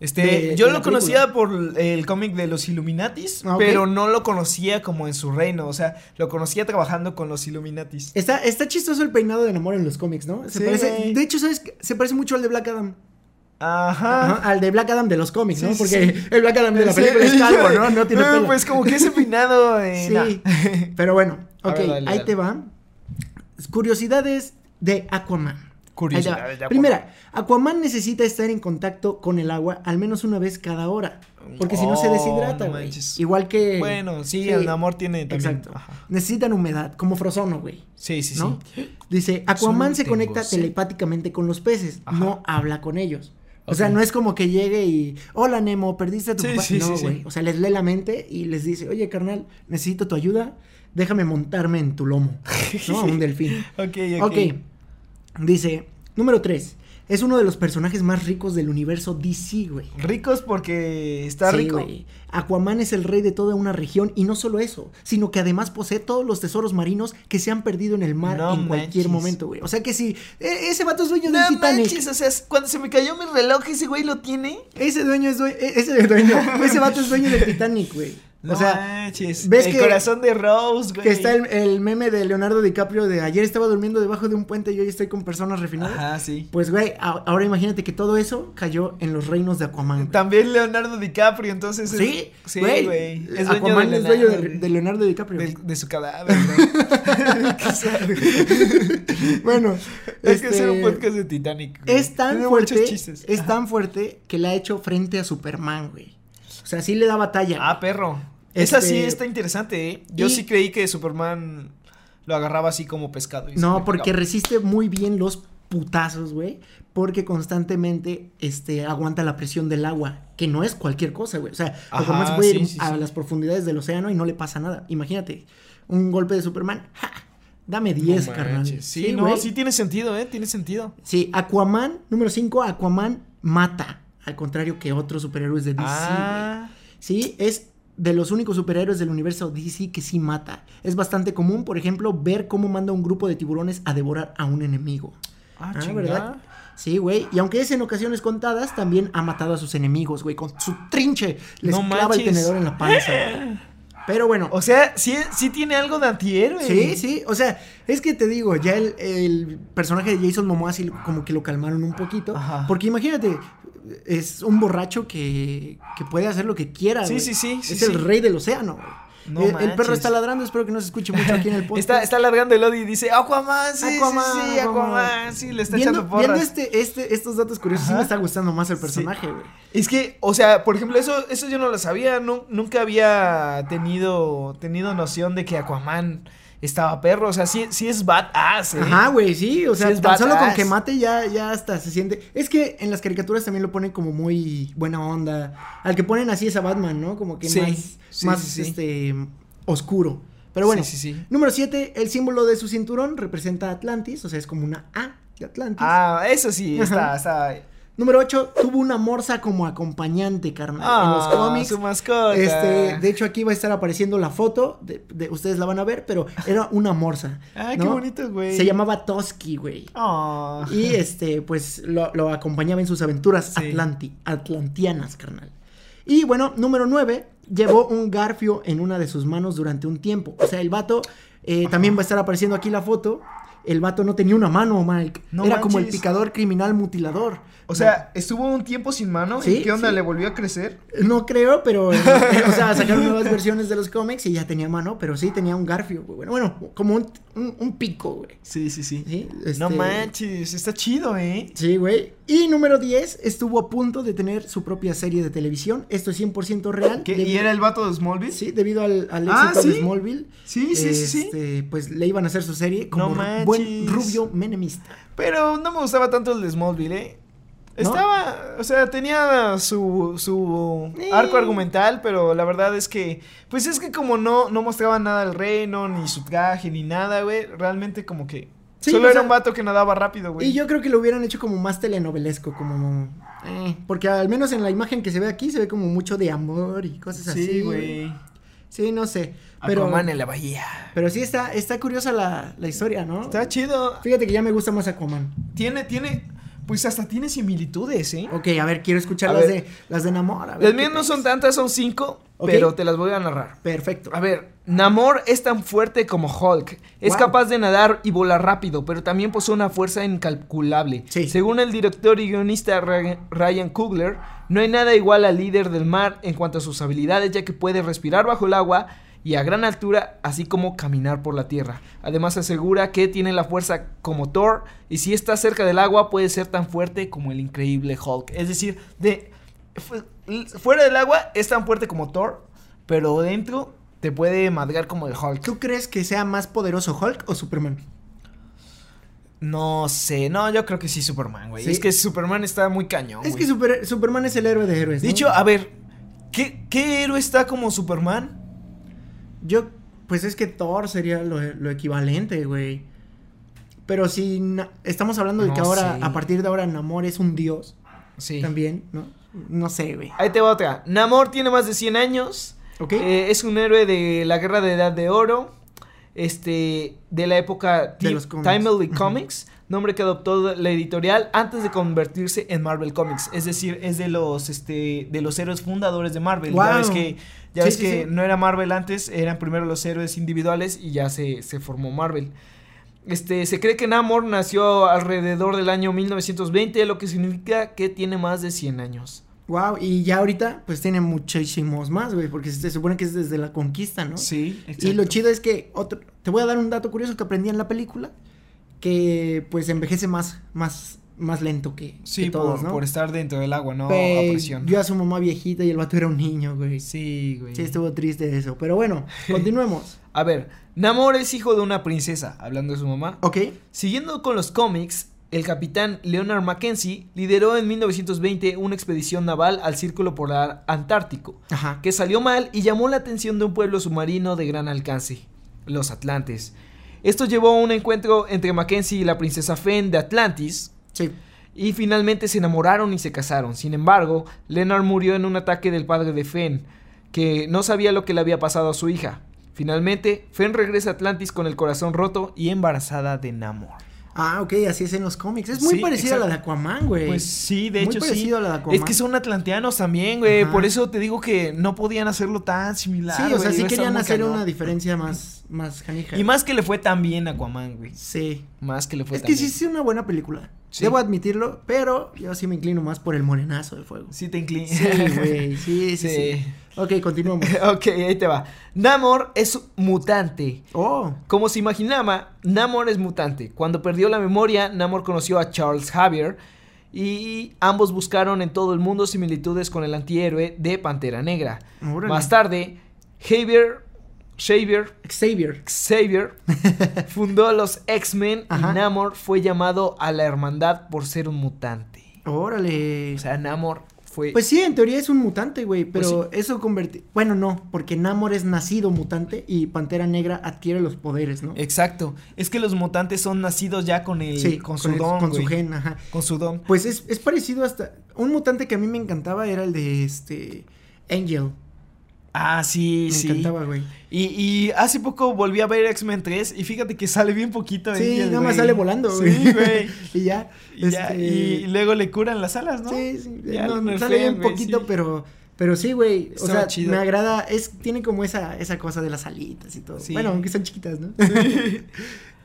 Este, de- yo de lo la película. conocía por el cómic de los Illuminatis, Ah, ok. pero no lo conocía como en su reino, o sea, lo conocía trabajando con los Illuminatis. Está, está chistoso el peinado de Namor en los cómics, ¿no? Se Sí, parece- güey. de hecho, ¿sabes? qué? Se parece mucho al de Black Adam. Ajá. Ajá, al de Black Adam de los cómics, Ah. ¿no? Sí, sí, Porque sí. el Black Adam de la Sí, película es calvo, ¿no? No tiene pelo. Pues como que ese peinado, eh, Sí. nah. Pero bueno, A ok, ver, dale, ahí dale. te va. Curiosidades de Aquaman. Ahí te va. Curiosidades de Aquaman. Primera, Aquaman necesita estar en contacto con el agua al menos una vez cada hora. Porque si no se Oh, deshidrata, no güey. manches. Igual que. Bueno, sí, el amor tiene también. Exacto. Ajá. Necesitan humedad, como Frozono, güey. Sí, sí, ¿no? sí. Dice, Aquaman Solo se tengo conecta sed. telepáticamente con los peces, Ajá. no habla con ellos. O sea, Ok. no es como que llegue y, hola Nemo, perdiste a tu Sí, papá. sí, no, sí, sí. güey. O sea, les lee la mente y les dice, oye, carnal, necesito tu ayuda, déjame montarme en tu lomo. ¿No? A un delfín. Ok, ok. ok. Dice, número 3. Es uno de los personajes más ricos del universo DC, güey. Ricos porque está Sí, rico. güey. Aquaman es el rey de toda una región y no solo eso, sino que además posee todos los tesoros marinos que se han perdido en el mar No en cualquier manches. momento, güey. O sea que si e- ese vato es dueño del No Titanic. manches, o sea, cuando se me cayó mi reloj, ese güey lo tiene. Ese dueño es dueño, ese dueño, ese vato es dueño del Titanic, güey. No o sea, manches. ¿ves el que- corazón de Rose, güey. que está el, el meme de Leonardo DiCaprio de ayer estaba durmiendo debajo de un puente y hoy estoy con personas refinadas. Ajá, sí. Pues güey, a- ahora imagínate que todo eso cayó en los reinos de Aquaman. güey. También Leonardo DiCaprio, entonces. es- Sí, sí, güey. Es dueño Aquaman de es dueño de, Leonardo, de Leonardo DiCaprio. del- de su cadáver, ¿no? ¿Qué sabe? bueno, Hay este, que hacer un podcast de Titanic. güey. Es tan Tiene fuerte, muchos chistes. es tan fuerte que la ha hecho frente a Superman, güey. O sea, sí le da batalla. Ah, perro. Este- Esa sí está interesante, ¿eh? Yo Y- sí creí que Superman lo agarraba así como pescado. y se no, lo porque pegaba. resiste muy bien los putazos, güey, porque constantemente este aguanta la presión del agua, que no es cualquier cosa, güey. O sea, Ajá, Superman se puede sí, ir sí, a sí. las profundidades del océano y no le pasa nada. Imagínate, un golpe de Superman, ¡ja! Dame 10, No carnal. manches. Sí, no, güey. sí tiene sentido, ¿eh? Tiene sentido. Sí, Aquaman, número 5, Aquaman mata, al contrario que otros superhéroes de DC. ah, güey. Sí, es de los únicos superhéroes del universo DC que sí mata. Es bastante común, por ejemplo, ver cómo manda un grupo de tiburones a devorar a un enemigo. ah, Ah, chingada. ¿verdad? Sí, güey. Y aunque es en ocasiones contadas, también ha matado a sus enemigos, güey, con su trinche. Les No clava el manches. tenedor en la panza. güey. Pero bueno, O sea, sí, sí tiene algo de antihéroe. Sí, sí, o sea, es que te digo, ya el, el personaje de Jason Momoa así como que lo calmaron un poquito, Ajá. porque imagínate, es un borracho que, que puede hacer lo que quiera, Sí, güey. sí, sí, sí, es sí. el rey del océano, güey. No el, el perro manches. está ladrando, espero que no se escuche mucho aquí en el podcast. Está, está alargando el odio y dice, Aquaman, sí, Aquaman, sí, sí, Aquaman, Aquaman". sí, le está viendo, echando porras. viendo este, este, estos datos curiosos, sí Ajá. me está gustando más el Sí. personaje, güey. Es que, o sea, por ejemplo, eso, eso yo no lo sabía, nu- nunca había tenido, tenido noción de que Aquaman estaba perro, o sea, sí, sí es badass, ¿eh? Ajá, güey, sí, o sea, Sí es tan solo con badass. que mate ya, ya hasta se siente. Es que en las caricaturas también lo ponen como muy buena onda. Al que ponen así es a Batman, ¿no? Como que Sí, más, sí, más sí, sí. este oscuro. Pero bueno. Sí, sí, sí. Número 7, el símbolo de su cinturón representa a Atlantis, o sea, es como una A. de Atlantis. Ah, eso sí, está, Ajá. está. Número 8, tuvo una morsa como acompañante, carnal, en los Ah, cómics. Su mascota. Este, de hecho, aquí va a estar apareciendo la foto. de- de- ustedes la van a ver, pero era una morsa. Ah, ¿no? qué bonito, güey. Se llamaba Toski, güey. Ah. Y este, pues lo, lo acompañaba en sus aventuras Sí. atlanti- atlantianas, carnal. Y bueno, número 9, llevó un garfio en una de sus manos durante un tiempo. O sea, el vato eh, también va a estar apareciendo aquí la foto. El vato no tenía una mano, Mike. No Era como el manches. picador criminal mutilador. O sea, estuvo un tiempo sin mano. Sí, ¿Y qué onda? sí. ¿Le volvió a crecer? No creo, pero. eh, o sea, sacaron nuevas versiones de los cómics y ya tenía mano, pero sí tenía un garfio, güey. Bueno, bueno, como un, un- un pico, güey. Sí, sí, sí. Sí, No este, manches, está chido, ¿eh? Sí, güey. Y número 10, estuvo a punto de tener su propia serie de televisión. Esto es 100% real. ¿Qué? debi- ¿Y era el vato de Smallville? Sí, debido al, al éxito Ah, de ¿sí? Smallville. Sí, sí, sí, sí. este, Pues le iban a hacer su serie como No manches. buen rubio menemista. Pero no me gustaba tanto el de Smallville, ¿eh? ¿No? Estaba, o sea, tenía su, su Eh. arco argumental, pero la verdad es que, pues es que como no, no mostraba nada el reino, ni su traje, ni nada, güey, realmente como que Sí, solo o era sea, un vato que nadaba rápido, güey. Y yo creo que lo hubieran hecho como más telenovelesco, como... eh, porque al menos en la imagen que se ve aquí se ve como mucho de amor y cosas así. Sí, güey. Sí, no sé. Pero, Aquaman en la bahía. pero sí está, está curiosa la, la historia, ¿no? Está chido. Fíjate que ya me gusta más Aquaman. Tiene, tiene, pues hasta tiene similitudes, ¿eh? Ok, a ver, quiero escuchar A las ver. de, las de Namor. a ver Las qué mías no son piensas. tantas, son cinco, Ok. pero te las voy a narrar. Perfecto. A ver, Namor es tan fuerte como Hulk. Es Wow. capaz de nadar y volar rápido, pero también posee una fuerza incalculable. Sí. Según el director y guionista Ra- Ryan Coogler, no hay nada igual al líder del mar en cuanto a sus habilidades, ya que puede respirar bajo el agua y a gran altura, así como caminar por la tierra. Además asegura que tiene la fuerza como Thor y si está cerca del agua puede ser tan fuerte como el increíble Hulk. Es decir, de fu- Pues, fuera del agua es tan fuerte como Thor, pero dentro te puede madrear como el Hulk. ¿Tú crees que sea más poderoso Hulk o Superman? No sé, no, yo creo que sí Superman, güey. Sí. Es que Superman está muy cañón. es güey. que super- Superman es el héroe de héroes. ¿no? Dicho, a ver, ¿qué, qué héroe está como Superman? Yo, pues es que Thor sería lo, lo equivalente, güey. Pero si na- estamos hablando de No que ahora, sé. a partir de ahora, Namor es un dios Sí. también, ¿no? No sé, güey. Ahí te va otra. Namor tiene más de 100 años. ¿Ok? Eh, es un héroe de la guerra de Edad de Oro. Este, de la época De Ti- los cómics. Timely Ujú. Comics, nombre que adoptó la editorial antes de convertirse en Marvel Comics. Es decir, es de los, este, de los héroes fundadores de Marvel. Ya Guau. ves que, ya Sí, ves sí, que sí. no era Marvel antes, eran primero los héroes individuales y ya se, se formó Marvel. Este, se cree que Namor nació alrededor del año 1920, lo que significa que tiene más de 100 años. wow, y ya ahorita, pues tiene muchísimos más, güey, porque se supone que es desde la conquista, ¿no? Sí, Y lo chido es que otro, te voy a dar un dato curioso que aprendí en la película, que pues envejece más, más, más lento que, Sí, que todos, por, ¿no? por estar dentro del agua, no Pe- a presión. Vio a su mamá viejita y el vato era un niño, güey. Sí, Sí, güey. estuvo triste eso. Pero bueno, continuemos. A ver, Namor es hijo de una princesa, hablando de su mamá. ¿Ok? Siguiendo con los cómics, el capitán Leonard Mackenzie lideró en 1920 una expedición naval al Círculo Polar Antártico, Ajá. que salió mal y llamó la atención de un pueblo submarino de gran alcance, los Atlantes. Esto llevó a un encuentro entre Mackenzie y la princesa Fenn de Atlantis, Sí. y finalmente se enamoraron y se casaron. Sin embargo, Leonard murió en un ataque del padre de Fenn, que no sabía lo que le había pasado a su hija. Finalmente, Fenn regresa a Atlantis con el corazón roto y embarazada de Namor. Ah, ok, así es en los cómics. Es muy Sí, parecida a la de exacto. Aquaman, güey. Pues sí, de Muy hecho sí. parecido a la de Aquaman. Es que son atlanteanos también, güey. Ajá. Por eso te digo que no podían hacerlo tan similar. Sí, o sea, güey, sí iba a estar querían muy hacer cañón. una diferencia más, más canija. Y más que le fue tan bien a Aquaman, güey. Sí. Más que le fue es tan que sí bien. es una buena película. Sí. Debo admitirlo, pero yo sí me inclino más por el morenazo de fuego. Sí te incliné. Sí, güey. Sí, sí, sí, Sí. Ok, continuamos. ok, ahí te va. Namor es mutante. Oh, Como se imaginaba, Namor es mutante. Cuando perdió la memoria, Namor conoció a Charles Xavier y ambos buscaron en todo el mundo similitudes con el antihéroe de Pantera Negra. Órale. Más tarde, Xavier, Xavier, Xavier. Xavier fundó los X-Men y Ajá. Namor fue llamado a la hermandad por ser un mutante. Órale. O sea, Namor fue... Pues sí, en teoría es un mutante, güey, Pues pero eso converti... Bueno, no, porque Namor es nacido mutante y Pantera Negra adquiere los poderes, Eh, ¿no? Exacto. Es que los mutantes son nacidos ya con el... sí, con su el- don, Con su güey. gen, ajá. Con su don. Pues es, es parecido hasta... Un mutante que a mí me encantaba era el de, este... Angel. Ah, sí, Me sí. encantaba, güey. Y, y hace poco volví a ver X-Men 3 y fíjate que sale bien poquito. Sí, Angel, nada más güey. sale volando, güey. Sí, güey. y ya. Y, ya, este, y luego le curan las alas, ¿no? Sí, sí. Ya no, lo nerfean, sale bien güey, poquito, sí. pero... Pero sí, güey. O Estaba sea, chido. me agrada. Es, tiene como esa, esa cosa de las alitas y todo. Sí. Bueno, aunque son chiquitas, ¿no?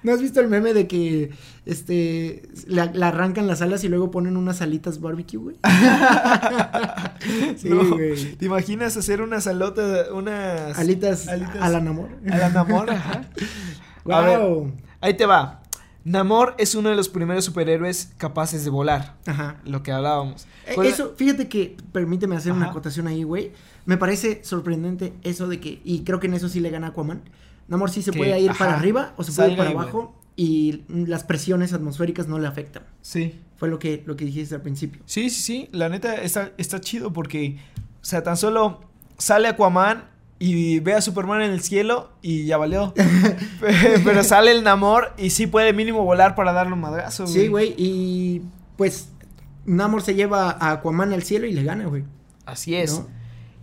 ¿No has visto el meme de que este la, la arrancan las alas y luego ponen unas alitas barbecue, güey? sí, No. güey. ¿Te imaginas hacer una salota, unas... Alitas, Alitas. a la namor. A la Namor, ajá. A ver. Wow. Ahí te va. Namor es uno de los primeros superhéroes capaces de volar, Ajá. lo que hablábamos. Eh, Con la- Eso, fíjate que, permíteme hacer una Ajá. acotación ahí, güey. Me parece sorprendente eso de que, y creo que en eso sí le gana Aquaman. Namor sí se Que, puede ir ajá, para arriba o se puede ir salga para y abajo y mm, las presiones atmosféricas no le afectan. Sí. Fue lo que, lo que dijiste al principio. Sí, sí, sí. La neta está, está chido porque, o sea, tan solo sale Aquaman y ve a Superman en el cielo y ya valió. Pe- Pero sale el Namor y sí puede mínimo volar para darle un madrazo. Sí, güey, y pues Namor se lleva a Aquaman al cielo y le gana, güey. Así es. ¿no?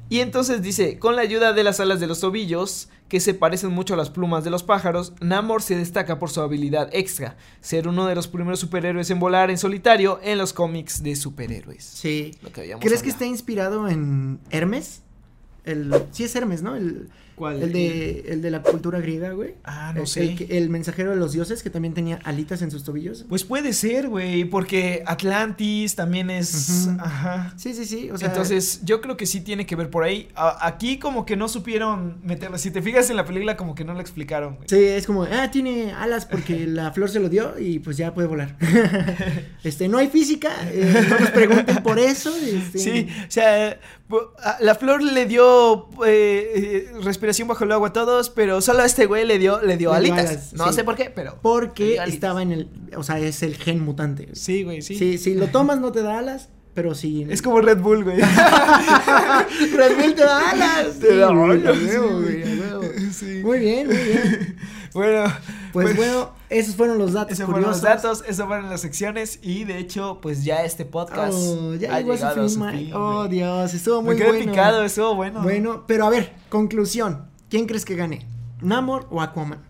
Y entonces dice, con la ayuda de las alas de los tobillos, que se parecen mucho a las plumas de los pájaros, Namor se destaca por su habilidad extra, ser uno de los primeros superhéroes en volar en solitario en los cómics de superhéroes. Sí. Lo que habíamos ¿Crees que está hablado. inspirado en Hermes? El, sí es Hermes, ¿no? El, ¿Cuál? el de, el de la cultura griega, güey. Ah, no El- sé. El, que- el mensajero de los dioses que también tenía alitas en sus tobillos. Pues puede ser, güey, porque Atlantis también es... Ujú. Ajá. Sí, sí, sí. O sea, Entonces, yo creo que sí tiene que ver por ahí. A- aquí como que no supieron meterla. Si te fijas en la película, como que no la explicaron, güey. Sí, es como, ah, tiene alas porque la flor se lo dio y pues ya puede volar. este, no hay física, eh, no nos pregunten por eso. este, Sí, o sea, eh, po- a- la flor le dio eh, eh, respiración bajo el agua a todos, pero solo a este güey le dio, le dio Le dio alitas. alas, no sí. sé por qué, pero. Porque Alitas. estaba en el, o sea, es el gen mutante. güey. Sí, güey, sí. Si, si lo tomas no te da alas, pero si... Es como Red Bull, güey. Red Bull te da alas. Te Sí, güey, da alas, a huevo, sí, güey, güey. a huevo. Sí. Muy bien, muy bien. Bueno, Pues bueno, esos fueron los datos Esos fueron curiosos. los datos, esos fueron las secciones y de hecho, pues ya este podcast Oh, ya ha llegó a su llegado fin, Mike. Oh, güey. Dios, estuvo Me muy quedé bueno. picado, estuvo bueno. Bueno, pero a ver, conclusión. ¿Quién crees que gane? ¿Namor o Aquaman?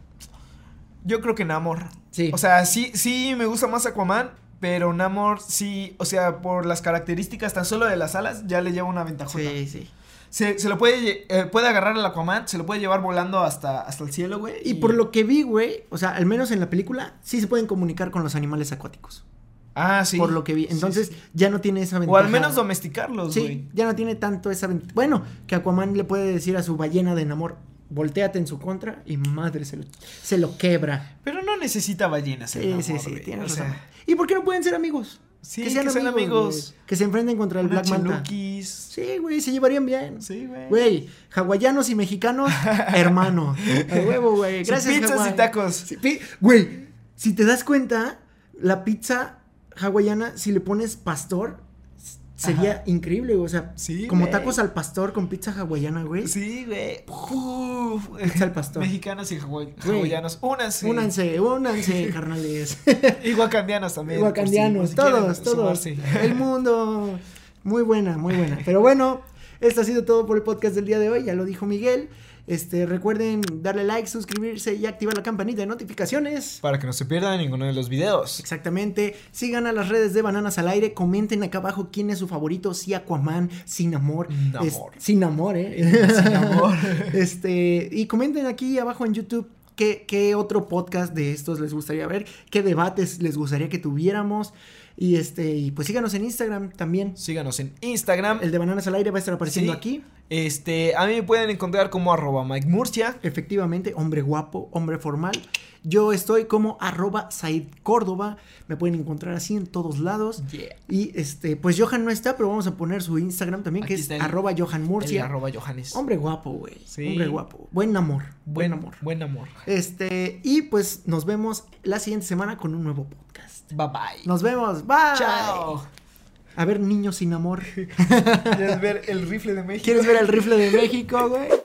Yo creo que Namor. Sí. O sea, sí, sí me gusta más Aquaman, pero Namor sí, o sea, por las características tan solo de las alas, ya le lleva una ventaja. Sí, sí. Se, se lo puede, lle- eh, puede agarrar al Aquaman, se lo puede llevar volando hasta, hasta el cielo, güey. Y por lo que vi, güey, o sea, al menos en la película, sí se pueden comunicar con los animales acuáticos. Ah, sí. Por lo que vi. Sí, Entonces, sí. ya no tiene esa O ventaja. al menos domesticarlos, güey. Sí, ya no tiene tanto esa ventaja. Bueno, que Aquaman le puede decir a su ballena de enamor, volteate en su contra y madre, se lo, se lo quebra. Pero no necesita ballenas. Sí, el sí, Namor, sí, güey. tienes O sea, razón. ¿Y por qué no pueden ser amigos? Sí, que sean amigos. güey. Que se enfrenten contra el unos Black Manta. chilukis. Sí, güey, se llevarían bien. Sí, güey. Güey, hawaianos y mexicanos, hermano. A huevo, güey. Sí, Gracias, pizzas Hawái. y tacos. Sí, pi- Güey, si te das cuenta, la pizza hawaiana, si le pones pastor, s- sería increíble, güey. O sea, Sí, como güey. tacos al pastor con pizza hawaiana, güey. Sí, güey. Uf. Pizza al pastor. Mexicanos y hawa- Güey. hawaianos. Únanse. Únanse, únanse, carnales. Y wakandianos también. por si- por Wakandianos, si quieren todos, todos. sumarse. El mundo. Muy buena, muy buena. Pero bueno, esto ha sido todo por el podcast del día de hoy. Ya lo dijo Miguel. Este, recuerden darle like, suscribirse y activar la campanita de notificaciones. Para que no se pierdan ninguno de los videos. Exactamente. Sigan a las redes de Bananas al Aire. Comenten acá abajo quién es su favorito. Si Aquaman, Sin Amor. Namor. es- sin Amor, ¿eh? Sin amor. este, y comenten aquí abajo en YouTube qué, qué otro podcast de estos les gustaría ver, qué debates les gustaría que tuviéramos. Y este, y pues síganos en Instagram también. Síganos en Instagram. El de Bananas al Aire va a estar apareciendo Sí. aquí. Este, a mí me pueden encontrar como arroba Mike Murcia. Efectivamente, hombre guapo, hombre formal. Yo estoy como arroba Said Córdoba. Me pueden encontrar así en todos lados. Yeah. Y este, pues Johan no está, pero vamos a poner su Instagram también, que Aquí es está el- arroba Johan El Murcia. arroba Johannes. Hombre guapo, güey. Sí. Hombre guapo. Buen amor. Buen, buen amor. Buen amor. Este, y pues nos Este, vemos la siguiente semana con un nuevo podcast. Bye bye. Nos vemos. Bye. Chao. A ver, niños sin amor. ¿Quieres ver el rifle de México? ¿Quieres ver el rifle de México, güey?